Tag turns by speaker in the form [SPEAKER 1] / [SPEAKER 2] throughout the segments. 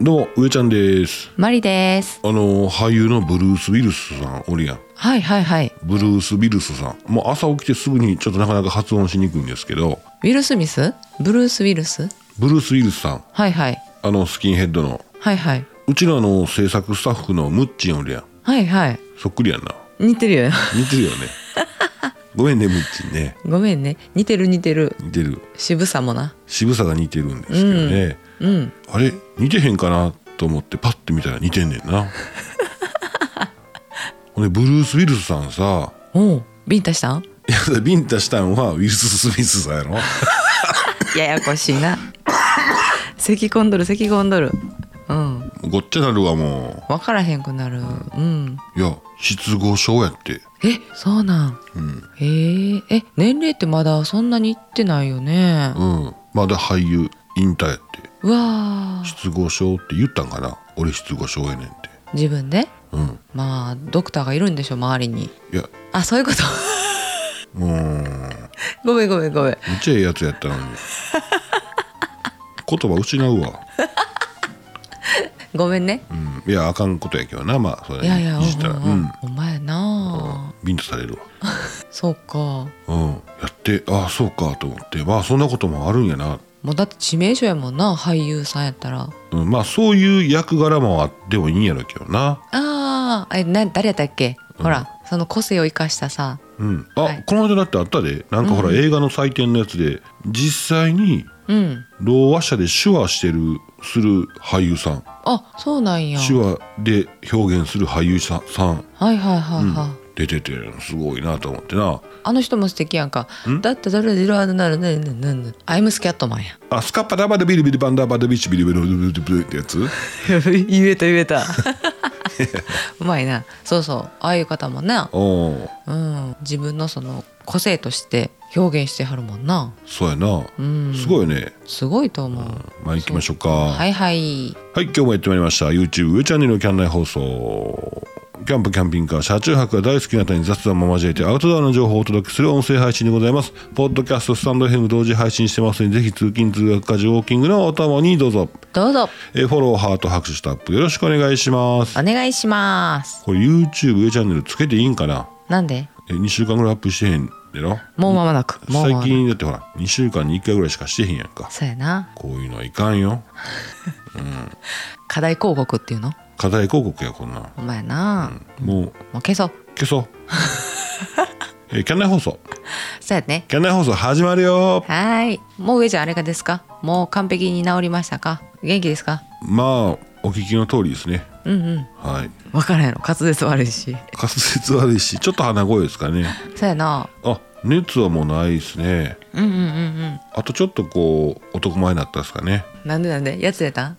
[SPEAKER 1] どうも上ちゃんです
[SPEAKER 2] マリです。
[SPEAKER 1] あの俳優のブルース・ウィルスさんおるやん
[SPEAKER 2] はいはいはい。
[SPEAKER 1] ブルース・ウィルスさんもう朝起きてすぐにちょっとなかなか発音しにくいんですけど
[SPEAKER 2] ウィル・スミスブルース・ウィルス
[SPEAKER 1] ブルース・ウィルスさん
[SPEAKER 2] はいはい。
[SPEAKER 1] あのスキンヘッドの
[SPEAKER 2] はいはい。
[SPEAKER 1] うちのあの制作スタッフのムッチンおるやん
[SPEAKER 2] はいはい。
[SPEAKER 1] そっくりやんな
[SPEAKER 2] 似てるよ。
[SPEAKER 1] 似てるよねごめんねムッチンね
[SPEAKER 2] ごめんね。似てる似てる。
[SPEAKER 1] 似てる
[SPEAKER 2] 渋さもな。
[SPEAKER 1] 渋さが似てるんですけどね、
[SPEAKER 2] うん。
[SPEAKER 1] あれ似てへんかなと思ってパッて見たら似てんねんなほんでブルース・ウィルスさんさ
[SPEAKER 2] おう。ビンタした
[SPEAKER 1] い
[SPEAKER 2] ん
[SPEAKER 1] やビンタしたんはウィルス・スミスさんやろ
[SPEAKER 2] ややこしいな。咳込んどる咳込んどる。うん。
[SPEAKER 1] ごっちゃなるわも
[SPEAKER 2] わからへんくなる。うん。
[SPEAKER 1] ういや失語症やって
[SPEAKER 2] え、そうなん。
[SPEAKER 1] うん、
[SPEAKER 2] へえ。え、年齢ってまだそんなにいってないよね。
[SPEAKER 1] うん、まだ俳優引退やって
[SPEAKER 2] うわー。
[SPEAKER 1] 失語症って言ったんかな俺失語症やねんって
[SPEAKER 2] 自分で
[SPEAKER 1] うん
[SPEAKER 2] まあ、ドクターがいるんでしょ、周りに。
[SPEAKER 1] いや
[SPEAKER 2] あ、そういうこと。
[SPEAKER 1] うーんめっ
[SPEAKER 2] ごめんごめんごめん。
[SPEAKER 1] ちゃええやつやったのに言葉失うわ
[SPEAKER 2] ごめんね。
[SPEAKER 1] うん、いやあかんことやけどなまあそれ
[SPEAKER 2] いやいや、
[SPEAKER 1] じったら
[SPEAKER 2] う
[SPEAKER 1] うん
[SPEAKER 2] うんうん
[SPEAKER 1] ん、
[SPEAKER 2] お前なあ、
[SPEAKER 1] ビンタされるわ
[SPEAKER 2] そうか。
[SPEAKER 1] うんやってああそうかと思ってまあそんなこともあるんやな、
[SPEAKER 2] もうだって致命傷やもんな、俳優さんやったら。
[SPEAKER 1] うん、まあそういう役柄もあってもいいんやろうけどな
[SPEAKER 2] ああ、え、な、誰やったっけ、ほら、その個性を生かしたさ。
[SPEAKER 1] うんあ、
[SPEAKER 2] はい
[SPEAKER 1] この間だってあったでなんかほら、映画の祭典のやつで実際に
[SPEAKER 2] うん。
[SPEAKER 1] ろう話者で手話してるする俳優さん
[SPEAKER 2] あ、そうなんや。
[SPEAKER 1] 手話で表現する俳優さんさん、
[SPEAKER 2] はいはいはい
[SPEAKER 1] うん
[SPEAKER 2] はい。
[SPEAKER 1] 出ててすごいなと思ってな
[SPEAKER 2] あの人も素敵やんか。だって誰でいろあるなるなるなるなる。アイムスキャットマンや。
[SPEAKER 1] あスカッパダバダビリビリバンダバダビチビリビリビリビリビリってやつ
[SPEAKER 2] 言えた言えた。 うまいな。そうそう。ああいう方もな、
[SPEAKER 1] おー
[SPEAKER 2] うん、自分のその個性として表現してはるもんな。
[SPEAKER 1] そうやな、
[SPEAKER 2] うん。
[SPEAKER 1] すごいね
[SPEAKER 2] すごいと思う。
[SPEAKER 1] まあ行きましょうか
[SPEAKER 2] は
[SPEAKER 1] はい、
[SPEAKER 2] いはい。
[SPEAKER 1] 今日もやってまいりました YouTube 上チャンネルのキャン内放送キャンプキャンピングカー車中泊が大好きな方に雑談も交えてアウトドアの情報をお届けする音声配信でございますポッドキャストスタンド FM 同時配信してますのでぜひ通勤通学家事ウォーキングのお供にどうぞ
[SPEAKER 2] どうぞ
[SPEAKER 1] えーフォローハート拍手スタップよろしくお願いします
[SPEAKER 2] お願いします。
[SPEAKER 1] これ YouTube 上チャンネルつけていいんかな
[SPEAKER 2] なんで？
[SPEAKER 1] え2週間ぐらいアップしてへんでろ
[SPEAKER 2] もう間もなく。もう間
[SPEAKER 1] 最
[SPEAKER 2] もなく。
[SPEAKER 1] 近だってほら2週間に1回ぐらいしかしてへんやんか
[SPEAKER 2] そうやな。
[SPEAKER 1] こういうのはいかんよ
[SPEAKER 2] 課題広告っていうの？
[SPEAKER 1] 課題広告やこんなん
[SPEAKER 2] お前な。
[SPEAKER 1] もう
[SPEAKER 2] もう消そう。
[SPEAKER 1] 消そう えーキャンナイ放送
[SPEAKER 2] そうやね。
[SPEAKER 1] キャンナイ放送始まるよ
[SPEAKER 2] はーい。もう上ちゃんあれがですか？もう完璧に治りましたか？元気ですか？
[SPEAKER 1] まあお聞きの通りですね
[SPEAKER 2] うんうん。
[SPEAKER 1] はい
[SPEAKER 2] わからんやろ。滑舌悪いし。
[SPEAKER 1] 滑舌悪いしちょっと鼻声ですかね
[SPEAKER 2] そうやな。
[SPEAKER 1] あ熱はもうないですね
[SPEAKER 2] うんうんうんうん。
[SPEAKER 1] あとちょっとこう男前になったですかね
[SPEAKER 2] なんでなんで？やつ出たん？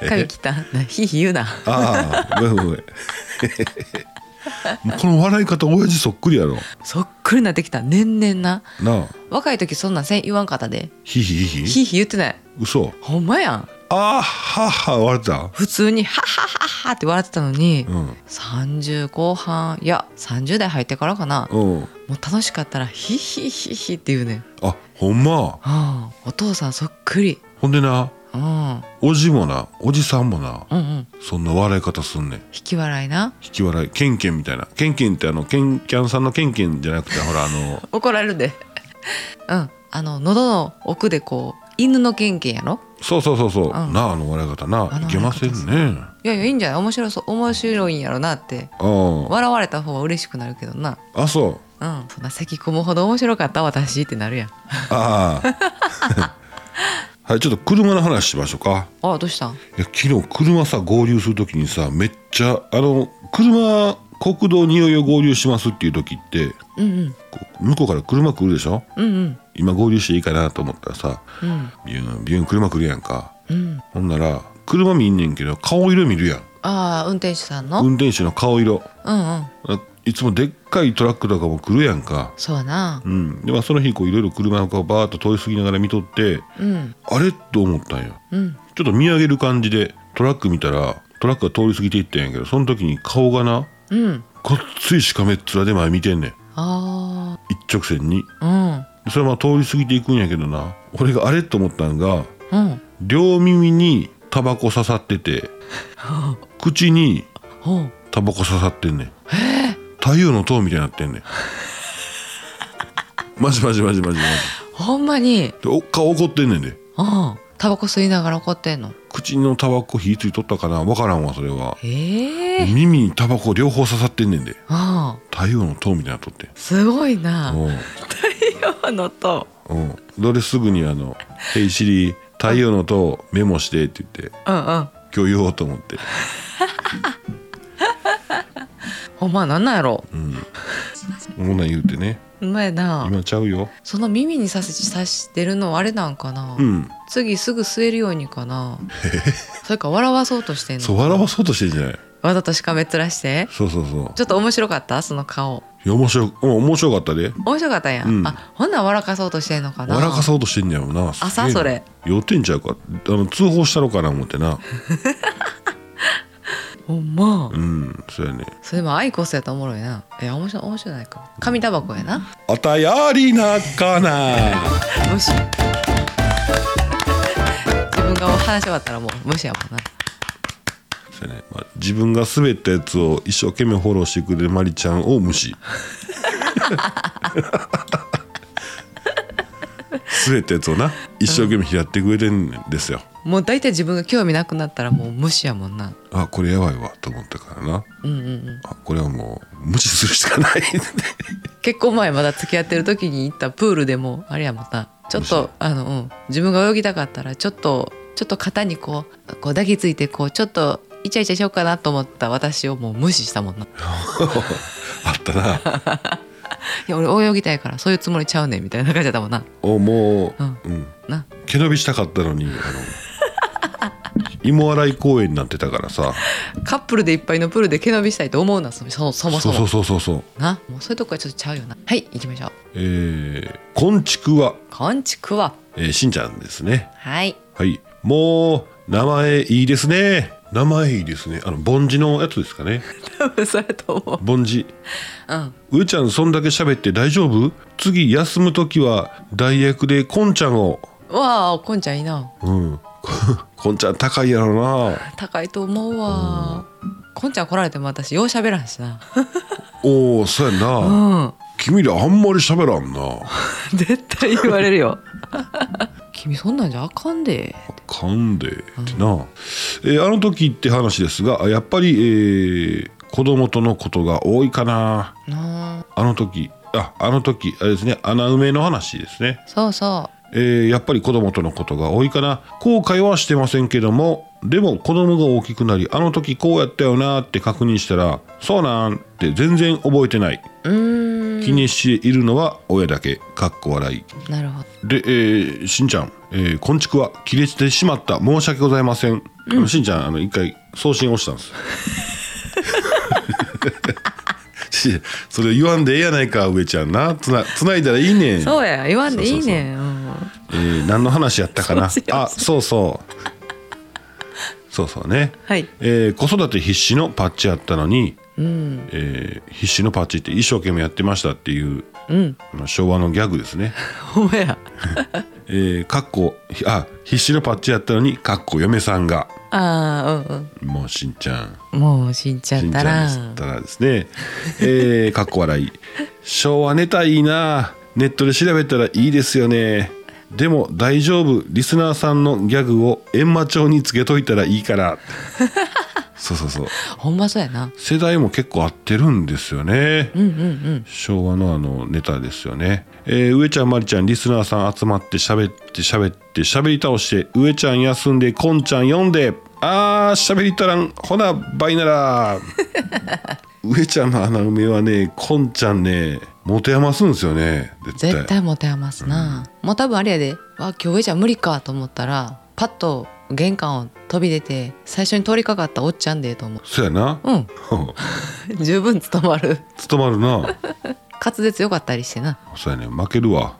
[SPEAKER 1] え
[SPEAKER 2] 髪切ったん？なひいひい言うな。
[SPEAKER 1] ああごめんごめん もうこの笑い方親父そっくりやろ
[SPEAKER 2] そっくりなってきた。年々な。
[SPEAKER 1] なあ
[SPEAKER 2] 若い時そんなんせん言わんかったで。
[SPEAKER 1] ヒヒヒヒ
[SPEAKER 2] ひいひい言ってない。
[SPEAKER 1] 嘘
[SPEAKER 2] ほんまやん。
[SPEAKER 1] あーはっは笑った
[SPEAKER 2] 普通に「ハッハッハッハ」って笑ってたのに、
[SPEAKER 1] うん
[SPEAKER 2] 30後半いや30代入ってからかな、
[SPEAKER 1] うん
[SPEAKER 2] もう楽しかったら「ヒヒヒヒ」って言うねん、
[SPEAKER 1] あほんま
[SPEAKER 2] うん、お父さんそっくり、
[SPEAKER 1] ほんでな
[SPEAKER 2] うん、うん
[SPEAKER 1] おじもなおじさんもな
[SPEAKER 2] うん
[SPEAKER 1] そんな笑い方すんねん
[SPEAKER 2] 引き笑いな
[SPEAKER 1] 引き笑いケンケンみたいなケンケンってあのケンキャンさんのケンケンじゃなくてほらあの
[SPEAKER 2] 怒られるで うんあの喉の奥でこう犬のケンケンやろ
[SPEAKER 1] そうそうそうそう、
[SPEAKER 2] ん
[SPEAKER 1] なああの笑い方な
[SPEAKER 2] あの
[SPEAKER 1] いけませんね
[SPEAKER 2] いやいやいいんじゃない面白そう面白いんやろなって
[SPEAKER 1] あ
[SPEAKER 2] 笑われた方は嬉しくなるけどな
[SPEAKER 1] ああそう
[SPEAKER 2] うんそんな咳込むほど面白かった私ってなるやん
[SPEAKER 1] ああ はいちょっと車の話しましょうか
[SPEAKER 2] あどうしたん
[SPEAKER 1] いや昨日車さ合流する時にさめっちゃあの車国道にいよいよ合流しますっていう時って
[SPEAKER 2] うんうん
[SPEAKER 1] こう向こうから車来るでしょ
[SPEAKER 2] うんうん
[SPEAKER 1] 今合流していいかなと思ったらさ
[SPEAKER 2] うん
[SPEAKER 1] ビューンビューン車来るやんか
[SPEAKER 2] うん
[SPEAKER 1] ほんなら車見んねんけど顔色見るやん
[SPEAKER 2] ああ運転手さんの、うん、
[SPEAKER 1] 運転手の顔色
[SPEAKER 2] うん
[SPEAKER 1] あいつもでっかいトラックとかも来るやんか
[SPEAKER 2] そうやな
[SPEAKER 1] うんでまあその日こういろいろ車の顔バーッと通り過ぎながら見とって
[SPEAKER 2] うん
[SPEAKER 1] あれと思ったんよ
[SPEAKER 2] うん
[SPEAKER 1] ちょっと見上げる感じでトラック見たらトラックが通り過ぎていったんやけどその時に顔がな
[SPEAKER 2] うん
[SPEAKER 1] こっついしかめっ面で前見てんねん
[SPEAKER 2] あ
[SPEAKER 1] 一直線に
[SPEAKER 2] あ
[SPEAKER 1] でそれはまあ通り過ぎていくんやけどな俺があれと思ったんが
[SPEAKER 2] うんうん
[SPEAKER 1] 両耳にタバコ刺さってて口に
[SPEAKER 2] ほう
[SPEAKER 1] タバコ刺さってんねん太陽の塔みたいになってんねんマジマジマジマジマジ
[SPEAKER 2] ほんまに
[SPEAKER 1] でお顔怒ってんねんで
[SPEAKER 2] うんタバコ吸いながら怒ってんの
[SPEAKER 1] 口のタバコ火ついとったかなわからんわそれは
[SPEAKER 2] ええー、
[SPEAKER 1] 耳にタバコ両方刺さってんねんで
[SPEAKER 2] うん
[SPEAKER 1] 太陽の塔みたいになっとって
[SPEAKER 2] すごいな
[SPEAKER 1] おう
[SPEAKER 2] 太陽の塔
[SPEAKER 1] うん、どれすぐにあの「ヘイシリ太陽の塔メモして」って言って
[SPEAKER 2] うんうん
[SPEAKER 1] 今日言おうと思って、
[SPEAKER 2] ほんまなんなんやろ
[SPEAKER 1] うん、こんなん言うてね
[SPEAKER 2] ほんまやな
[SPEAKER 1] 今ちゃうよ
[SPEAKER 2] その耳に刺し刺してるのはあれなんかな、
[SPEAKER 1] うん
[SPEAKER 2] 次すぐ吸えるようにかなそれか笑わそうとしてんの
[SPEAKER 1] そう笑わそうとしてんじゃない
[SPEAKER 2] わざとしかめっ面して
[SPEAKER 1] そうそうそう
[SPEAKER 2] ちょっと面白かったその顔
[SPEAKER 1] いや面白いうん面白かったで
[SPEAKER 2] 面白かったんや、
[SPEAKER 1] うん
[SPEAKER 2] あほんなら笑かそうとしてんのかな
[SPEAKER 1] 笑かそうとしてんじゃんなすげえな
[SPEAKER 2] 朝それ
[SPEAKER 1] 酔ってんちゃうかあの通報したろかな思って な
[SPEAKER 2] ほんま、
[SPEAKER 1] うんそうやね
[SPEAKER 2] それもアイコスやったらおもろいないや面白面白ないか紙タバコやな
[SPEAKER 1] 「あたやりなかな」
[SPEAKER 2] 無視自分が話し終わったらもう無視やもんな
[SPEAKER 1] そうやね、まあ、自分が滑ったやつを一生懸命フォローしてくれるマリちゃんを無 視滑ったやつをな一生懸命拾ってくれてんですよ、
[SPEAKER 2] もう大体自分が興味なくなったらもう無視やもんな
[SPEAKER 1] あこれやばいわと思ったからな
[SPEAKER 2] うんうんうん
[SPEAKER 1] あこれはもう無視するしかない
[SPEAKER 2] 結婚前まだ付き合ってる時に行ったプールでもあれやもんなちょっとあの、うん、自分が泳ぎたかったらちょっとちょっと肩にこうこう抱きついてこうちょっとイチャイチャしようかなと思った私をもう無視したもんない
[SPEAKER 1] あった な
[SPEAKER 2] や俺泳ぎたいからそういうつもりちゃうねんみたいな感じだったもんな
[SPEAKER 1] おもう、
[SPEAKER 2] うん
[SPEAKER 1] うん、
[SPEAKER 2] な
[SPEAKER 1] 毛伸びしたかったのにあの芋洗い公園になってたからさ
[SPEAKER 2] カップルでいっぱいのプールで毛伸びしたいと思うなそそそもそも
[SPEAKER 1] そうそうそうそう
[SPEAKER 2] なもうそういうとこはちょっとちゃうよなはい行きましょう
[SPEAKER 1] えー、昆虫は、
[SPEAKER 2] こんちくわ
[SPEAKER 1] えー、しんちゃんですね
[SPEAKER 2] はい
[SPEAKER 1] はい。もう、名前いいですね。名前いいですね。あの、凡字のやつですかね。
[SPEAKER 2] 多分 それと思う
[SPEAKER 1] 凡字。
[SPEAKER 2] うん
[SPEAKER 1] うーちゃん、そんだけ喋って大丈夫次、休むときは、代役でこんちゃんを。
[SPEAKER 2] わあこんちゃんいいな
[SPEAKER 1] うん。 こんちゃん高いやろな。
[SPEAKER 2] 高いと思うわこんちゃん来られても私よう喋らんしな
[SPEAKER 1] おお、そうやん
[SPEAKER 2] う
[SPEAKER 1] な。
[SPEAKER 2] ん
[SPEAKER 1] 君らあんまり喋らんな。
[SPEAKER 2] 絶対言われるよ 君そんなんじゃあかんで
[SPEAKER 1] かんでってな、えーあの時って話ですがあやっぱり、えー子供とのことが多いかな
[SPEAKER 2] なあ
[SPEAKER 1] あの時ああの時あれですね穴埋めの話ですね
[SPEAKER 2] そうそ
[SPEAKER 1] えーやっぱり子供とのことが多いかな後悔はしてませんけどもでも子供が大きくなりあの時こうやったよなって確認したらそうなんって全然覚えてないう
[SPEAKER 2] うーん
[SPEAKER 1] 気にしているのは親だけかっこ笑い
[SPEAKER 2] なるほど
[SPEAKER 1] で、えーしんちゃん、えー、こんちくわ切れてしまった申し訳ございません、あのしんちゃんあの一回送信をしたんです しそれ言わんでええやないか上ちゃんなつなつないだらいいねん
[SPEAKER 2] そうや言わんでいいねん
[SPEAKER 1] えー何の話やったかな
[SPEAKER 2] そうしよう
[SPEAKER 1] あそうそうそうそうね、
[SPEAKER 2] はい
[SPEAKER 1] えー子育て必死のパッチやったのに、
[SPEAKER 2] うん
[SPEAKER 1] えー必死のパッチって一生懸命やってましたっていう、
[SPEAKER 2] うん
[SPEAKER 1] あの昭和のギャグですね、
[SPEAKER 2] ほんまや
[SPEAKER 1] えー、かっこひあ必死のパッチやったのにかっこ嫁さんが
[SPEAKER 2] あーうん
[SPEAKER 1] もうしんちゃん
[SPEAKER 2] うんもう死んちゃ
[SPEAKER 1] し
[SPEAKER 2] っ
[SPEAKER 1] んち
[SPEAKER 2] た
[SPEAKER 1] ゃん
[SPEAKER 2] ら
[SPEAKER 1] ですったらですね、えー、 かっこ笑い昭和ネタいいなネットで調べたらいいですよねでも大丈夫リスナーさんのギャグを閻魔帳につけといたらいいから そうそうそう
[SPEAKER 2] ほんまそうやな
[SPEAKER 1] 世代も結構合ってるんですよね、
[SPEAKER 2] うんうんうん
[SPEAKER 1] 昭和のあのネタですよね、えー上ちゃんまりちゃんリスナーさん集まって喋って喋って喋り倒して上ちゃん休んでこんちゃん読んであー喋り足らんほなバイなら 上ちゃんの穴埋めはねこんちゃんね持て余すんですよね絶対
[SPEAKER 2] 絶対持て余すな、もう多分あれやでわ今日上ちゃん無理かと思ったらパッと玄関を飛び出て最初に通りかかったおっちゃんでと思う
[SPEAKER 1] そうやな
[SPEAKER 2] うん 十分務まる
[SPEAKER 1] 務まるな
[SPEAKER 2] 滑舌よかったりしてな
[SPEAKER 1] そうやね負けるわ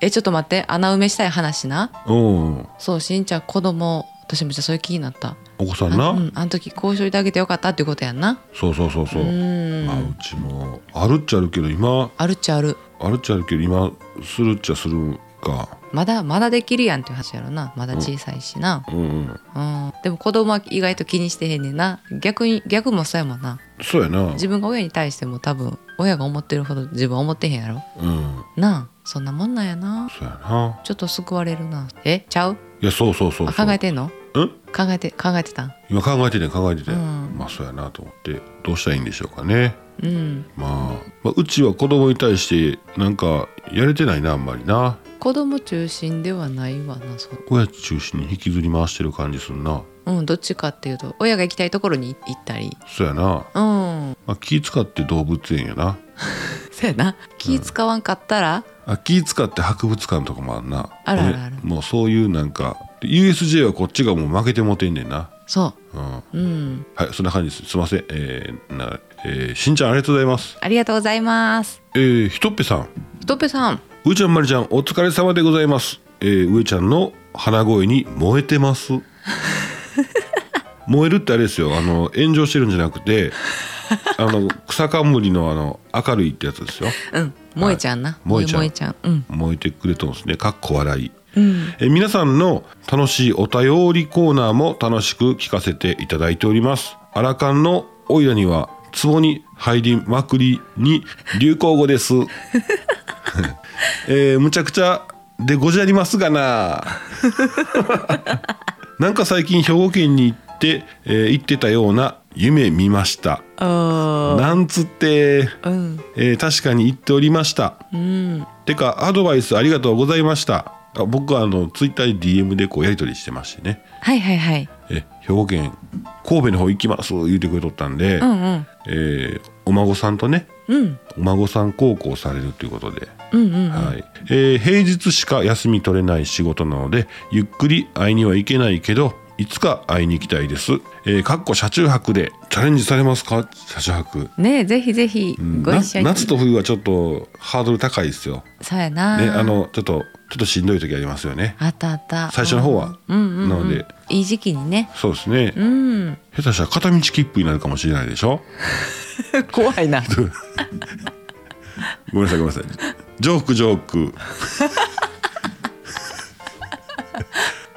[SPEAKER 2] えちょっと待って穴埋めしたい話な
[SPEAKER 1] うん
[SPEAKER 2] そうしんちゃん子供私もじゃあそういう気になった
[SPEAKER 1] お子さ
[SPEAKER 2] あ
[SPEAKER 1] んな、
[SPEAKER 2] うん、あの時こうしといてあげてよかったっていうことやんな
[SPEAKER 1] そうそうそうそう
[SPEAKER 2] う
[SPEAKER 1] う
[SPEAKER 2] ーん
[SPEAKER 1] あうちもあるっちゃあるけど今
[SPEAKER 2] あるっちゃある
[SPEAKER 1] あるっちゃあるけど今するっちゃするか
[SPEAKER 2] まだまだできるやんっていう話やろなまだ小さいしな、
[SPEAKER 1] うんうん
[SPEAKER 2] うん、でも子供は意外と気にしてへんねんな逆に逆もそうやもんな
[SPEAKER 1] そうやなうん
[SPEAKER 2] 自分が親に対しても多分親が思ってるほど自分は思ってへんやろなあそんなもんなんやな
[SPEAKER 1] そうやな
[SPEAKER 2] ちょっと救われるなえちゃう
[SPEAKER 1] いやそうそうそう
[SPEAKER 2] あ
[SPEAKER 1] そう
[SPEAKER 2] 考えてんの
[SPEAKER 1] うん
[SPEAKER 2] 考えて考えてたん
[SPEAKER 1] 今考えてて考えてて、
[SPEAKER 2] うん
[SPEAKER 1] まあそうやなと思ってどうしたらいいんでしょうかね
[SPEAKER 2] うん
[SPEAKER 1] まあ、まあ、うちは子供に対してなんかやれてないなあんまりな
[SPEAKER 2] 子供中心ではないわなそう
[SPEAKER 1] 親中心に引きずり回してる感じすんな
[SPEAKER 2] うんどっちかっていうと親が行きたいところに行ったり
[SPEAKER 1] そうやな、
[SPEAKER 2] うん
[SPEAKER 1] まあ、気使って動物園やな
[SPEAKER 2] そうやな気使わんかったら、
[SPEAKER 1] あ気使って博物館とかもあんな
[SPEAKER 2] あるあるある
[SPEAKER 1] 俺もうそういうなんか USJ はこっちがもう負けてもてんねんな
[SPEAKER 2] そ
[SPEAKER 1] うんは
[SPEAKER 2] ううん
[SPEAKER 1] いそんな感じですすいませんえーなえーしんちゃんありがとうございます
[SPEAKER 2] ありがとうございます
[SPEAKER 1] えー、ひとっぺさん
[SPEAKER 2] ひとっぺさん
[SPEAKER 1] うーちゃんまりちゃんお疲れ様でございますえー、上ちゃんの鼻声に燃えてます 燃えるってあれですよあの炎上してるんじゃなくてあの草冠のあの明るいってやつですよ
[SPEAKER 2] うん萌えちゃんな、
[SPEAKER 1] 萌えちゃん
[SPEAKER 2] 萌えちゃんうん
[SPEAKER 1] 燃えてくれとんですねかっこ笑い
[SPEAKER 2] うん
[SPEAKER 1] えー皆さんの楽しいお便りコーナーも楽しく聞かせていただいておりますアラカンのオイラには壺に入りまくりに流行語です えーむちゃくちゃでごじゃりますがな なんか最近兵庫県に行って、えー行ってたような夢見ました
[SPEAKER 2] あ
[SPEAKER 1] なんつって、
[SPEAKER 2] ーうん
[SPEAKER 1] えー確かに言っておりました
[SPEAKER 2] うん
[SPEAKER 1] てかアドバイスありがとうございましたあ僕はあのツイッターに DM でこうやり取りしてましてね
[SPEAKER 2] はいはいはい
[SPEAKER 1] え兵庫県神戸の方行きます言うてくれとったんで、
[SPEAKER 2] うんうん
[SPEAKER 1] えーお孫さんとね
[SPEAKER 2] うん
[SPEAKER 1] お孫さん孝行されるということで、
[SPEAKER 2] うんうん
[SPEAKER 1] はいえー平日しか休み取れない仕事なのでゆっくり会いには行けないけどいつか会いに行きたいです、えー、かっこ車中泊でチャレンジされますか車中泊
[SPEAKER 2] ねえぜひぜひ
[SPEAKER 1] うん
[SPEAKER 2] ご
[SPEAKER 1] な
[SPEAKER 2] 一緒に、
[SPEAKER 1] 夏と冬はちょっとハードル高いですよ
[SPEAKER 2] そうやな、
[SPEAKER 1] ね、あのちょっとちょっとしんどい時ありますよね。
[SPEAKER 2] あったあった
[SPEAKER 1] 最初の方は
[SPEAKER 2] うんうんうん、
[SPEAKER 1] なので
[SPEAKER 2] いい時期にね
[SPEAKER 1] そうですね。
[SPEAKER 2] うん
[SPEAKER 1] 下手したら片道切符になるかもしれないでしょ。
[SPEAKER 2] 怖いな
[SPEAKER 1] ごめんなさいごめんなさい。ジョークジョー ク。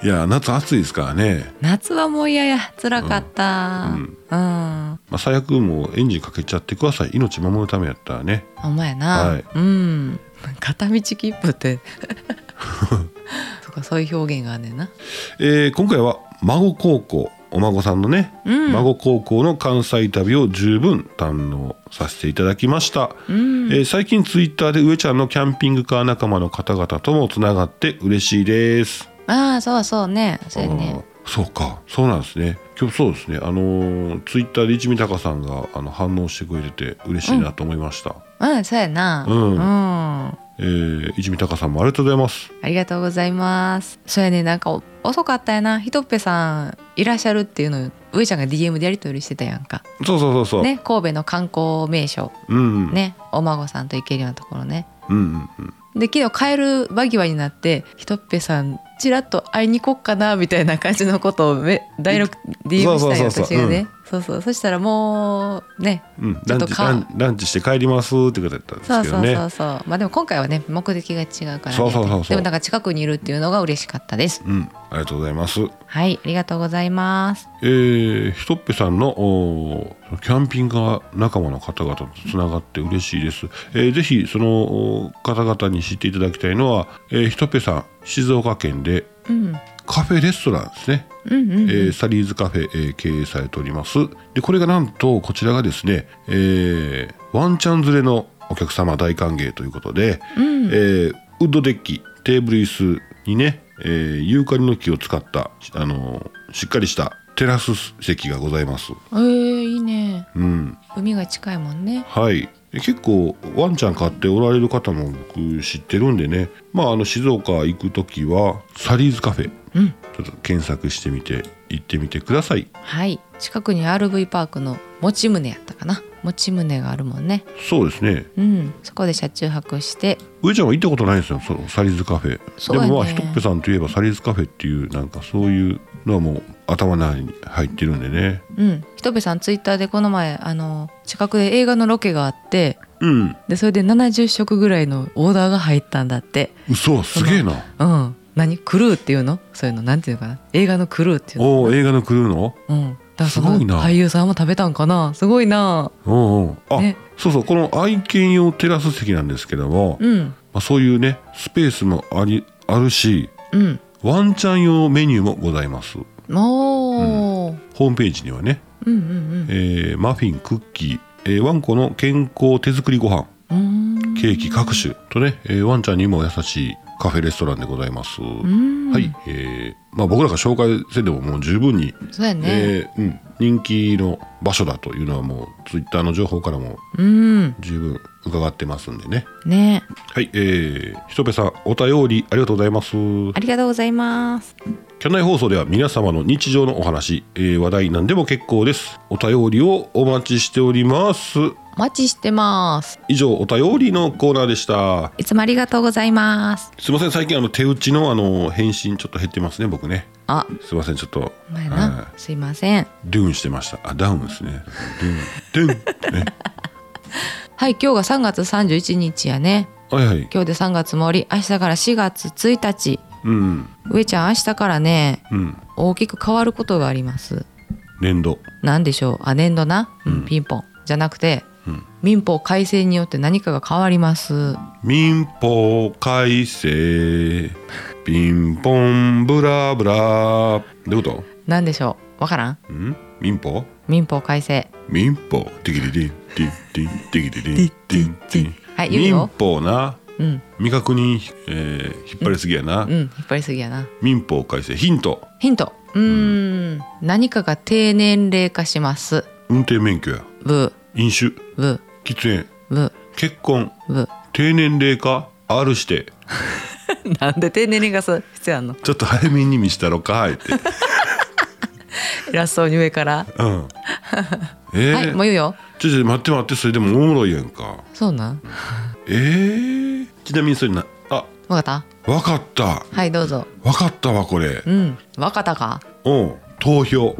[SPEAKER 1] いや夏暑いですからね。
[SPEAKER 2] 夏はもう嫌や辛かったうん、
[SPEAKER 1] まあ最悪もうエンジンかけちゃってください。命守るためやったらね。
[SPEAKER 2] お前な、
[SPEAKER 1] はい
[SPEAKER 2] うん片道切符って そうかそういう表現があんねんな
[SPEAKER 1] えー今回は孫高校お孫さんのね、
[SPEAKER 2] うん
[SPEAKER 1] 孫高校の関西旅を十分堪能させていただきました、
[SPEAKER 2] うん
[SPEAKER 1] えー最近ツイッターで上ちゃんのキャンピングカー仲間の方々ともつながって嬉しいです、
[SPEAKER 2] ああそうそうねそうや
[SPEAKER 1] あ
[SPEAKER 2] ね
[SPEAKER 1] ーそうかそうなんですね今日そうですねあのーツイッターで一味高さんがあの反応してくれてて嬉しいなと思いました、
[SPEAKER 2] うんそうやな
[SPEAKER 1] うん
[SPEAKER 2] うん
[SPEAKER 1] えー一味高さんもありがとうございます
[SPEAKER 2] ありがとうございます。そうやね、なんかお遅かったやな。ひとっぺさんいらっしゃるっていうの、上ちゃんが DM でやり取りしてたやんか。
[SPEAKER 1] そうそうそうそう、
[SPEAKER 2] ね、神戸の観光名所、
[SPEAKER 1] うんうん、
[SPEAKER 2] ね、お孫さんと行けるようなところね。
[SPEAKER 1] うんうんうん
[SPEAKER 2] で、昨日帰る間際になって、ひとっぺさん、ちらっと会いに行こっかな、みたいな感じのことをめ、ダイロク、
[SPEAKER 1] そ
[SPEAKER 2] DM
[SPEAKER 1] う
[SPEAKER 2] し
[SPEAKER 1] そう
[SPEAKER 2] たん
[SPEAKER 1] そうそ
[SPEAKER 2] よ、
[SPEAKER 1] う
[SPEAKER 2] 私がね。そうそう。そしたらもう、ね、
[SPEAKER 1] うん、
[SPEAKER 2] ちょ
[SPEAKER 1] ラ
[SPEAKER 2] っ
[SPEAKER 1] ン
[SPEAKER 2] と
[SPEAKER 1] チ
[SPEAKER 2] か
[SPEAKER 1] ランランチして帰りますってことだったんで
[SPEAKER 2] そ
[SPEAKER 1] す
[SPEAKER 2] う
[SPEAKER 1] け
[SPEAKER 2] そ
[SPEAKER 1] ど
[SPEAKER 2] う
[SPEAKER 1] ね
[SPEAKER 2] そうそう。まあでも今回はね、目的が違うからね。
[SPEAKER 1] そうそうそうそう
[SPEAKER 2] でもなんか近くにいるっていうのが嬉しかったです。
[SPEAKER 1] うん、ありがとうございます
[SPEAKER 2] はい、ありがとうございます。
[SPEAKER 1] えー、ひとっぺさんのおーキャンピングカー仲間の方々とつながって嬉しいです、えーぜひそのおー方々に知っていただきたいのは、えーひとっぺさん静岡県で
[SPEAKER 2] うん、
[SPEAKER 1] カフェレストランですね、
[SPEAKER 2] うんうん
[SPEAKER 1] えーサリーズカフェ、えー経営されておりますでこれがなんとこちらがですね、えーワンちゃん連れのお客様大歓迎ということで、えーウッドデッキテーブル椅子にね、えーユーカリの木を使った、あのーしっかりしたテラス席がございます、
[SPEAKER 2] えー、いいね
[SPEAKER 1] うん、
[SPEAKER 2] 海が近いもんね
[SPEAKER 1] はいで結構ワンちゃん飼っておられる方も僕知ってるんでねまああの静岡行く時はサリーズカフェ、
[SPEAKER 2] うん
[SPEAKER 1] ちょっと検索してみて行ってみてください
[SPEAKER 2] はい近くに RV パークの持ち胸やったかな持ち胸があるもんね
[SPEAKER 1] そうですね
[SPEAKER 2] うんそこで車中泊して
[SPEAKER 1] 上ちゃんは行ったことないんですよそのサリーズカフェ、
[SPEAKER 2] そう
[SPEAKER 1] で
[SPEAKER 2] やね
[SPEAKER 1] もまあひとっぺさんといえばサリーズカフェっていうなんかそういうのはもう頭の中に入ってるんでね
[SPEAKER 2] うんひとべさんツイッターでこの前あの近くで映画のロケがあって
[SPEAKER 1] うん
[SPEAKER 2] でそれで70食ぐらいのオーダーが入ったんだって
[SPEAKER 1] 嘘すげえな
[SPEAKER 2] うん何クルーっていうのそういうのなんていうのかな映画のクルーっていうの
[SPEAKER 1] おお映画のクルーの
[SPEAKER 2] うんだからその
[SPEAKER 1] すごいな
[SPEAKER 2] 俳優さんも食べたんかなすごいな
[SPEAKER 1] うんうんあ、
[SPEAKER 2] ね
[SPEAKER 1] そうそうこの愛犬用テラス席なんですけども、ま
[SPEAKER 2] うん
[SPEAKER 1] あ、そういうねスペースもありあるし
[SPEAKER 2] うん
[SPEAKER 1] ワンちゃん用メニューもございます
[SPEAKER 2] おー、
[SPEAKER 1] ホームページにはね、
[SPEAKER 2] うん、うん
[SPEAKER 1] えーマフィンクッキー、えーワンコの健康手作りご飯
[SPEAKER 2] うんうんう
[SPEAKER 1] ケーキ各種とね、えーワンちゃんにも優しいカフェレストランでございます、
[SPEAKER 2] ーん
[SPEAKER 1] はい、えーまあ、僕らが紹介せんでももう十分に、
[SPEAKER 2] そうやね、
[SPEAKER 1] えーうん、人気の場所だというのはもうツイッターの情報からも
[SPEAKER 2] うん
[SPEAKER 1] 十分伺ってますんでね
[SPEAKER 2] ね
[SPEAKER 1] はい、えー、ひとぺさん、お便りありがとうございます。キ
[SPEAKER 2] ありがとうございます
[SPEAKER 1] ャンナイ放送では皆様の日常のお話、えー話題なんでも結構です。お便りをお待ちしております。
[SPEAKER 2] お待ちしてます
[SPEAKER 1] 以上、お便りのコーナーでした。
[SPEAKER 2] いつもありがとうございます
[SPEAKER 1] すいません、最近あの手打ちのあの返信ちょっと減ってますね、僕ね。
[SPEAKER 2] あ
[SPEAKER 1] すいません、ちょっと。
[SPEAKER 2] お前
[SPEAKER 1] は
[SPEAKER 2] なすいません
[SPEAKER 1] いドゥーンしてました。あ、ダウンですね。ドゥーン。ドゥーン。ね、
[SPEAKER 2] はい今日が3月31日やね
[SPEAKER 1] はいはい。
[SPEAKER 2] 今日で3月も終わり明日から4月1日
[SPEAKER 1] うん。
[SPEAKER 2] 上ちゃん明日からね
[SPEAKER 1] うん。
[SPEAKER 2] 大きく変わることがあります
[SPEAKER 1] 年度。
[SPEAKER 2] なんでしょうあ年度な、うんピンポンじゃなくて、
[SPEAKER 1] ん
[SPEAKER 2] 民法改正によって何かが変わります
[SPEAKER 1] 民法改正。ピンポンブラブラ。どういうこと
[SPEAKER 2] なんでしょうわからん
[SPEAKER 1] ん民法
[SPEAKER 2] 民法改正
[SPEAKER 1] 民法ティキリリンティティティキリリンティティ
[SPEAKER 2] はい言う
[SPEAKER 1] 民
[SPEAKER 2] よ
[SPEAKER 1] 法な
[SPEAKER 2] うん
[SPEAKER 1] 未確認、えー引っ張りすぎやな、
[SPEAKER 2] うん引っ張りすぎやな
[SPEAKER 1] 民法改正ヒント
[SPEAKER 2] ヒントうーん何かが低年齢化します
[SPEAKER 1] 運転免許や
[SPEAKER 2] ブ
[SPEAKER 1] 飲酒
[SPEAKER 2] ーブ
[SPEAKER 1] 喫煙
[SPEAKER 2] ーブ
[SPEAKER 1] 結婚
[SPEAKER 2] ーブ
[SPEAKER 1] 低年齢化 R して
[SPEAKER 2] ー なんで低年齢化する必要あんの
[SPEAKER 1] ちょっと早めに見したろかいって、うん、
[SPEAKER 2] 偉そうに上から、
[SPEAKER 1] えー
[SPEAKER 2] はいもう言うよ
[SPEAKER 1] ちょちょ待って待ってそれでもおもろいやんか
[SPEAKER 2] そうなん
[SPEAKER 1] えー、ちなみにそれなあ
[SPEAKER 2] わかっ
[SPEAKER 1] わかった
[SPEAKER 2] たはいどうぞ
[SPEAKER 1] わかったわこれ
[SPEAKER 2] うんわかったか
[SPEAKER 1] うん投票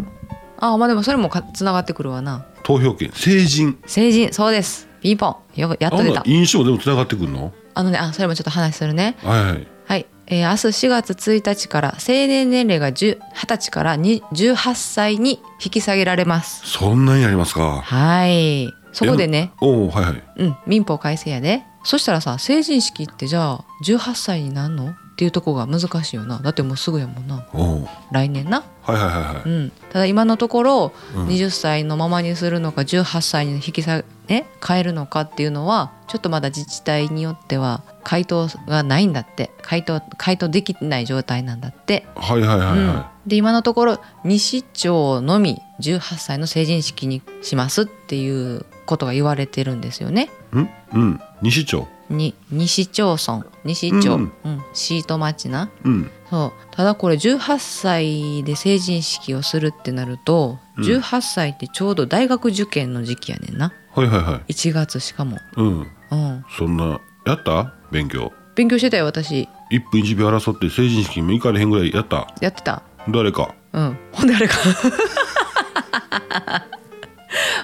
[SPEAKER 2] あまあでもそれもかつながってくるわな
[SPEAKER 1] 投票権成人
[SPEAKER 2] 成人そうですピンポンよやっと出
[SPEAKER 1] あ
[SPEAKER 2] た
[SPEAKER 1] 印象でもつながってくるの
[SPEAKER 2] あのねあそれもちょっと話するね
[SPEAKER 1] はいはい
[SPEAKER 2] はい、えー、明日4月1日から成年年齢が10 20歳からに18歳に引き下げられます
[SPEAKER 1] そんなにありますか
[SPEAKER 2] はいそこでね
[SPEAKER 1] えおうはいはい
[SPEAKER 2] うん民法改正やでそしたらさ成人式ってじゃあ18歳になんのっていうとこが難しいよなだってもうすぐやもんな
[SPEAKER 1] おう
[SPEAKER 2] 来年な
[SPEAKER 1] はいはいはいは
[SPEAKER 2] う
[SPEAKER 1] い
[SPEAKER 2] ん、ただ今のところ
[SPEAKER 1] うん
[SPEAKER 2] 20歳のままにするのか18歳に引き下げ、ね、変えるのかっていうのはちょっとまだ自治体によっては回答がないんだって回答回答できてない状態なんだって、
[SPEAKER 1] はいはいはい
[SPEAKER 2] うん
[SPEAKER 1] は、
[SPEAKER 2] で今のところ西町のみ18歳の成人式にしますっていうことが言われてるんですよね。
[SPEAKER 1] いうんうん西町
[SPEAKER 2] に西町村西町、
[SPEAKER 1] う
[SPEAKER 2] うんんシート町な
[SPEAKER 1] うん
[SPEAKER 2] そうただこれ18歳で成人式をするってなると、
[SPEAKER 1] うん
[SPEAKER 2] 18歳ってちょうど大学受験の時期やねんな
[SPEAKER 1] はいはいはい
[SPEAKER 2] 1月しかも、
[SPEAKER 1] うん
[SPEAKER 2] うん、
[SPEAKER 1] そんなやった勉強
[SPEAKER 2] 勉強してたよ私
[SPEAKER 1] 一分一秒争って成人式にも行かれへんぐらいやった
[SPEAKER 2] やってた
[SPEAKER 1] 誰か
[SPEAKER 2] うんほんであれか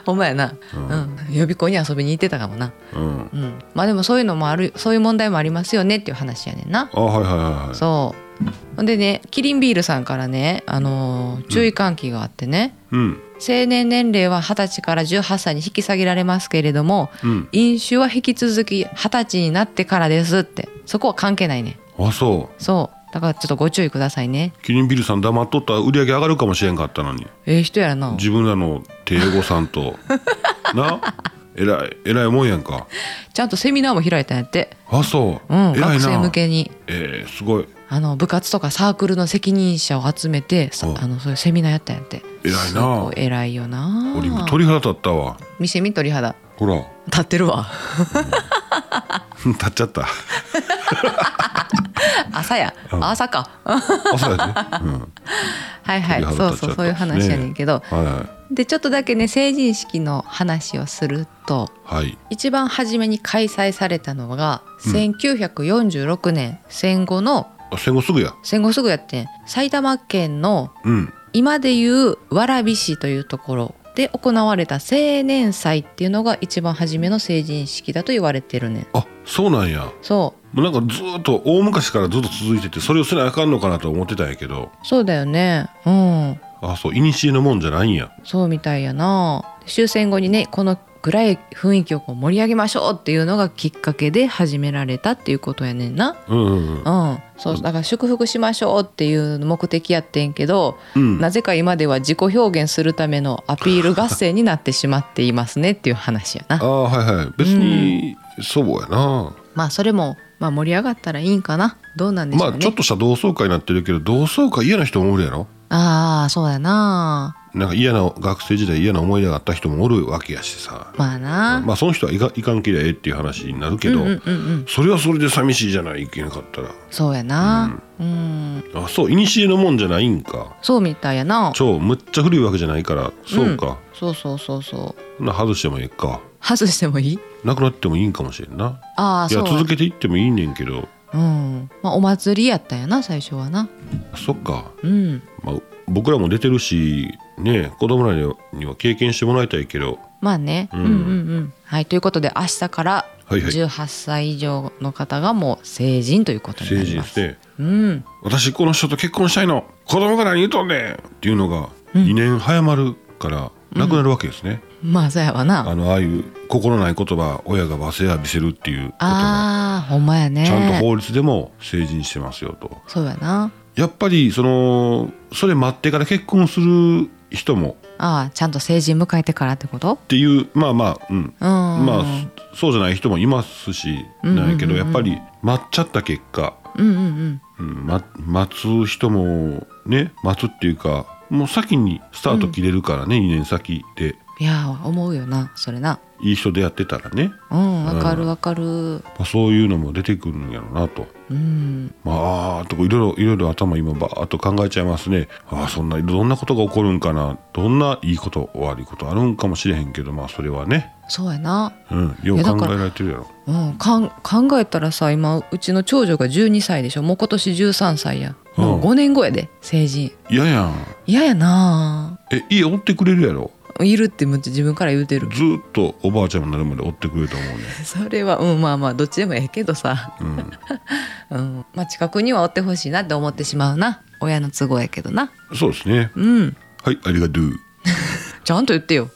[SPEAKER 2] ほんまやな、うん予備校に遊びに行ってたかもな、
[SPEAKER 1] うん
[SPEAKER 2] うん、まあでもそういうのもあるそういう問題もありますよねっていう話やねんな
[SPEAKER 1] あはいはいはいはい
[SPEAKER 2] そうほんでねキリンビールさんからね、あのー注意喚起があってね、
[SPEAKER 1] うん
[SPEAKER 2] 成年年齢は20歳から18歳に引き下げられますけれども
[SPEAKER 1] うん
[SPEAKER 2] 飲酒は引き続き20歳になってからですってそこは関係ないね
[SPEAKER 1] あそう
[SPEAKER 2] そうだからちょっとご注意くださいね
[SPEAKER 1] キリンビルさん黙っとったら売り上げ上がるかもしれんかったのに
[SPEAKER 2] ええ人やらな
[SPEAKER 1] 自分らの低ごさん となえらいえらいもんやんか
[SPEAKER 2] ちゃんとセミナーも開いたんやって
[SPEAKER 1] あそう、
[SPEAKER 2] うん
[SPEAKER 1] 偉い
[SPEAKER 2] 学
[SPEAKER 1] な
[SPEAKER 2] 生向けに
[SPEAKER 1] えー、すごい
[SPEAKER 2] あの部活とかサークルの責任者を集めてさ
[SPEAKER 1] うん
[SPEAKER 2] あのそういうセミナーやったんやって
[SPEAKER 1] 偉いな
[SPEAKER 2] すごい偉いよな
[SPEAKER 1] 俺今鳥肌立ったわ
[SPEAKER 2] 店見鳥肌
[SPEAKER 1] ほら
[SPEAKER 2] 立ってるわ
[SPEAKER 1] 立っちゃった
[SPEAKER 2] 朝や朝か
[SPEAKER 1] 朝やね、うん、
[SPEAKER 2] はいはい
[SPEAKER 1] 鳥肌立っちゃった
[SPEAKER 2] そうそうそういう話やねんけど、
[SPEAKER 1] は
[SPEAKER 2] でちょっとだけね成人式の話をすると
[SPEAKER 1] はい
[SPEAKER 2] 一番初めに開催されたのが
[SPEAKER 1] うん
[SPEAKER 2] 1946年戦後の
[SPEAKER 1] あ戦後すぐや
[SPEAKER 2] 戦後すぐやってん埼玉県の
[SPEAKER 1] うん
[SPEAKER 2] 今でいう蕨市というところで行われた青年祭っていうのが一番初めの成人式だと言われてるねん
[SPEAKER 1] あそうなんや
[SPEAKER 2] そ
[SPEAKER 1] もうなんかずーっと大昔からずっと続いててそれをせなあかんのかなと思ってたんやけど
[SPEAKER 2] うそうだよねうん
[SPEAKER 1] あそういにしえのもんじゃないんや
[SPEAKER 2] そうみたいやな終戦後にねこの暗い雰囲気をこう盛り上げましょうっていうのがきっかけで始められたっていうことやねんな
[SPEAKER 1] うんうん
[SPEAKER 2] うんそうだから祝福しましょうっていう目的やってんけど、
[SPEAKER 1] うん
[SPEAKER 2] なぜか今では自己表現するためのアピール合戦になってしまっていますねっていう話やな
[SPEAKER 1] ああはいはい別にそうやな、
[SPEAKER 2] まあそれも、まあ、盛り上がったらいいんかなどうなんでしょ
[SPEAKER 1] まあ
[SPEAKER 2] うね、
[SPEAKER 1] ちょっとした同窓会になってるけど同窓会嫌な人もおるやろ
[SPEAKER 2] ああそうやな
[SPEAKER 1] なんか嫌な学生時代嫌な思い出があった人もおるわけやしさ
[SPEAKER 2] まあな、
[SPEAKER 1] まあその人はいかいかんけりゃええっていう話になるけど、
[SPEAKER 2] うんうんうんうん
[SPEAKER 1] それはそれで寂しいじゃないいけなかったら
[SPEAKER 2] そうやなうん、
[SPEAKER 1] あそういにしえのもんじゃないんか
[SPEAKER 2] そうみたいやな
[SPEAKER 1] 超むっちゃ古いわけじゃないからそうか、
[SPEAKER 2] そうそうそうそう
[SPEAKER 1] な外してもええか
[SPEAKER 2] 外してもいい
[SPEAKER 1] なくなってもいいんかもしれんな
[SPEAKER 2] ああ
[SPEAKER 1] い
[SPEAKER 2] そ
[SPEAKER 1] や
[SPEAKER 2] う
[SPEAKER 1] 続けていってもいいねんけど
[SPEAKER 2] うんまあお祭りやったんやな最初はな
[SPEAKER 1] そっか、
[SPEAKER 2] うん
[SPEAKER 1] まあ、僕らも出てるしね子供らにはには経験してもらいたいけど
[SPEAKER 2] まあね、うん、うんうんはいということで明日から
[SPEAKER 1] はいはい
[SPEAKER 2] 18歳以上の方がもう成人ということにな
[SPEAKER 1] 成
[SPEAKER 2] り
[SPEAKER 1] 人
[SPEAKER 2] ま
[SPEAKER 1] し
[SPEAKER 2] す、
[SPEAKER 1] て
[SPEAKER 2] うん
[SPEAKER 1] 「私この人と結婚したいの子供が何言うとんねん!」っていうのが2年早まるからなくなるわけですね、
[SPEAKER 2] まあそうやわな
[SPEAKER 1] あのああいう心ない言葉親が罵声浴びせるっていうことが
[SPEAKER 2] ああーほんまやね
[SPEAKER 1] ちゃんと法律でも成人してますよと。
[SPEAKER 2] そうやな
[SPEAKER 1] やっぱりそのそれ待ってから結婚する人も
[SPEAKER 2] ああちゃんと成人迎えてからってこと
[SPEAKER 1] っていうまあまあうん
[SPEAKER 2] うん
[SPEAKER 1] まあそそうじゃない人もいますしなんやけどやっぱり待っちゃった結果、
[SPEAKER 2] うんうんうん
[SPEAKER 1] うん、ま待つ人もね待つっていうかもう先にスタート切れるからね、2年先で
[SPEAKER 2] いやー思うよなそれない
[SPEAKER 1] い人出会ってたらね、
[SPEAKER 2] うんわかるわか
[SPEAKER 1] ま
[SPEAKER 2] る
[SPEAKER 1] あ、そういうのも出てくるんやろうなと。
[SPEAKER 2] うん
[SPEAKER 1] まあ、あーとかいろいろいろいろ頭今バーっと考えちゃいますねああそんなどんなことが起こるんかなどんないいこと悪いことあるんかもしれへんけどまあそれはね、
[SPEAKER 2] そうやな
[SPEAKER 1] うん、よ
[SPEAKER 2] いうやだ
[SPEAKER 1] 考
[SPEAKER 2] から
[SPEAKER 1] えられてるやろ
[SPEAKER 2] うん、かん考えたらさ今うちの長女が12歳でしょもう今年13歳や
[SPEAKER 1] あ
[SPEAKER 2] もう
[SPEAKER 1] あ
[SPEAKER 2] 5年後やで成人
[SPEAKER 1] いややん
[SPEAKER 2] 嫌やな
[SPEAKER 1] え家追ってくれるやろ
[SPEAKER 2] いるってむっちゃ自分から言うてる
[SPEAKER 1] ずーっとおばあちゃんになるまで追ってくれると思うね、
[SPEAKER 2] それはうんまあまあどっちでもええけどさ、
[SPEAKER 1] うん、
[SPEAKER 2] うん、まあ近くにはおってほしいなって思ってしまうな親の都合やけどな
[SPEAKER 1] そうですね
[SPEAKER 2] うん
[SPEAKER 1] はいありがとう
[SPEAKER 2] ちゃんと言ってよ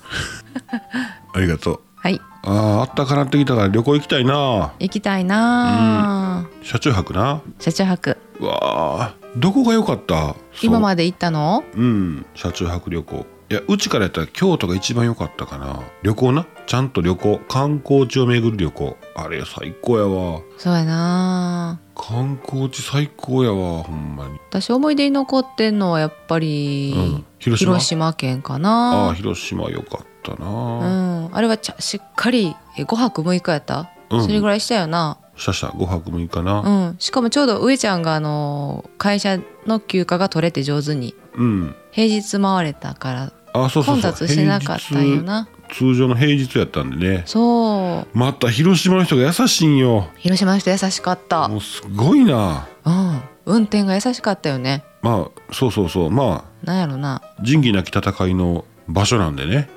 [SPEAKER 1] ありがとう
[SPEAKER 2] はい
[SPEAKER 1] あーあったかなってきたから旅行行きたいな
[SPEAKER 2] 行きたいなあ、
[SPEAKER 1] 車中泊な
[SPEAKER 2] 車中泊
[SPEAKER 1] うわあどこが良かった
[SPEAKER 2] 今
[SPEAKER 1] で
[SPEAKER 2] まで行ったの
[SPEAKER 1] うん車中泊旅行いやうちからやったら京都が一番良かったかな旅行なちゃんと旅行観光地を巡る旅行あれ最高やわ
[SPEAKER 2] そうやな
[SPEAKER 1] 観光地最高やわほんまに
[SPEAKER 2] 私思い出に残ってんのはやっぱり、
[SPEAKER 1] うん広島
[SPEAKER 2] 広島県か
[SPEAKER 1] ああ
[SPEAKER 2] な
[SPEAKER 1] 広島良かった
[SPEAKER 2] あ,、
[SPEAKER 1] な、
[SPEAKER 2] うん、あれはちゃしっかりえ5泊6日やった、
[SPEAKER 1] うん
[SPEAKER 2] それぐらいしたよな、
[SPEAKER 1] シャシャ5泊6日な
[SPEAKER 2] うん、しかもちょうど上ちゃんがあの会社の休暇が取れて上手に
[SPEAKER 1] うん、
[SPEAKER 2] 平日回れたから
[SPEAKER 1] ああそうそうそう
[SPEAKER 2] 混雑してなかったんよな
[SPEAKER 1] 平日通常の平日やったんでね
[SPEAKER 2] そう
[SPEAKER 1] また広島の人が優しいんよ
[SPEAKER 2] 広島の人優しかった
[SPEAKER 1] も、うすごいな
[SPEAKER 2] うん、運転が優しかったよね
[SPEAKER 1] まあそうそうそうま
[SPEAKER 2] なんやろな
[SPEAKER 1] あ仁義なき戦いの場所なんでね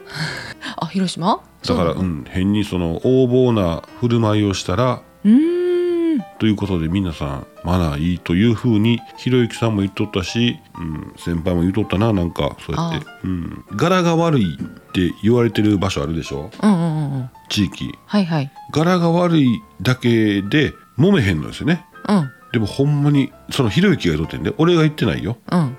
[SPEAKER 2] あ広島
[SPEAKER 1] だから、、
[SPEAKER 2] そううなん
[SPEAKER 1] 変にその横暴な振る舞いをしたら
[SPEAKER 2] のうーん
[SPEAKER 1] ということで皆さんマナーいいというふうにひろゆきさんも言っとったし、うん、先輩も言っとったななんかそうやって、うん、柄が悪いって言われてる場所あるでしょ
[SPEAKER 2] うんうんうんうん
[SPEAKER 1] 地域
[SPEAKER 2] はいはい
[SPEAKER 1] 柄が悪いだけで揉めへんのですよね
[SPEAKER 2] うん
[SPEAKER 1] でもほんまにそのひろゆきが言っとってんで俺が言ってないよ
[SPEAKER 2] うん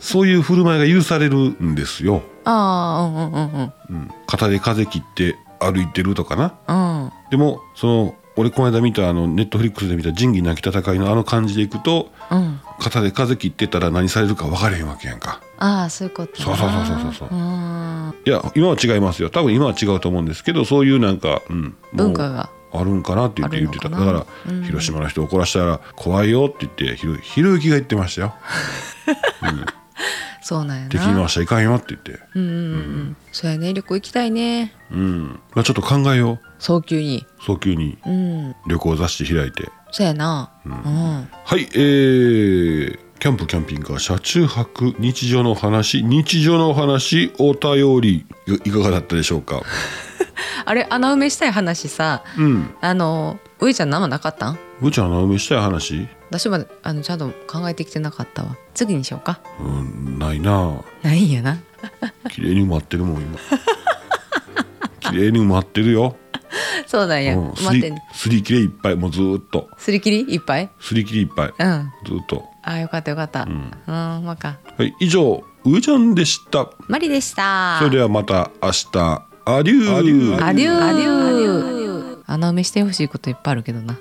[SPEAKER 1] そういう振る舞いが許されるんですよ、
[SPEAKER 2] ああうんうんうんうん
[SPEAKER 1] うん、肩で風切って歩いてるとかな
[SPEAKER 2] うん
[SPEAKER 1] でもその俺この間見たあのネットフリックスで見た仁義なき戦いのあの感じでいくと
[SPEAKER 2] うん
[SPEAKER 1] 肩で風切ってたら何されるか分かれへんわけやんか
[SPEAKER 2] ああそういうこと
[SPEAKER 1] そうそうそうそうそうそう
[SPEAKER 2] ーん
[SPEAKER 1] いや今は違いますよ多分今は違うと思うんですけどそういうなんか、うん、もう
[SPEAKER 2] 文化が
[SPEAKER 1] あるんかなって言って
[SPEAKER 2] あ
[SPEAKER 1] 言
[SPEAKER 2] る
[SPEAKER 1] っ
[SPEAKER 2] の
[SPEAKER 1] てた
[SPEAKER 2] か
[SPEAKER 1] だ
[SPEAKER 2] な
[SPEAKER 1] から、
[SPEAKER 2] うん
[SPEAKER 1] 広島の人怒らしたら怖いよって言ってひろひろゆきが言ってましたよ
[SPEAKER 2] そうなんやな
[SPEAKER 1] できましたいかんよって言って
[SPEAKER 2] うんうんうん、そうやね旅行行きたいね
[SPEAKER 1] うん、まあ、ちょっと考えよ
[SPEAKER 2] 早急に
[SPEAKER 1] う早急に
[SPEAKER 2] うん
[SPEAKER 1] 旅行雑誌開いて
[SPEAKER 2] そうやなうん、
[SPEAKER 1] はいえーキャンプキャンピングカー車中泊日常のお話日常のお話お便りいいかがだったでしょうか
[SPEAKER 2] あれ穴埋めしたい話さ
[SPEAKER 1] うん
[SPEAKER 2] あの上ちゃん生なかったん
[SPEAKER 1] ぶーちゃんの埋めしたい話、
[SPEAKER 2] 私まであのちゃんと考えてきてなかったわ次にしようか
[SPEAKER 1] うん、ないな
[SPEAKER 2] ないんやな
[SPEAKER 1] 綺麗に埋まってるもん 今綺麗に埋まってるよ、
[SPEAKER 2] そうなんや、
[SPEAKER 1] うん、す
[SPEAKER 2] 待って
[SPEAKER 1] り
[SPEAKER 2] ね
[SPEAKER 1] すり切れいっぱいもうずーっと
[SPEAKER 2] すり切りいっぱい
[SPEAKER 1] すり切りいっぱい
[SPEAKER 2] うんあ
[SPEAKER 1] ずーっと
[SPEAKER 2] ーよかったよかったうんんまあか
[SPEAKER 1] はい以上うーちゃんでした
[SPEAKER 2] マリでした
[SPEAKER 1] それではまた明日アデュー
[SPEAKER 2] アデューアデュー穴埋めしてほしいこといっぱいあるけどな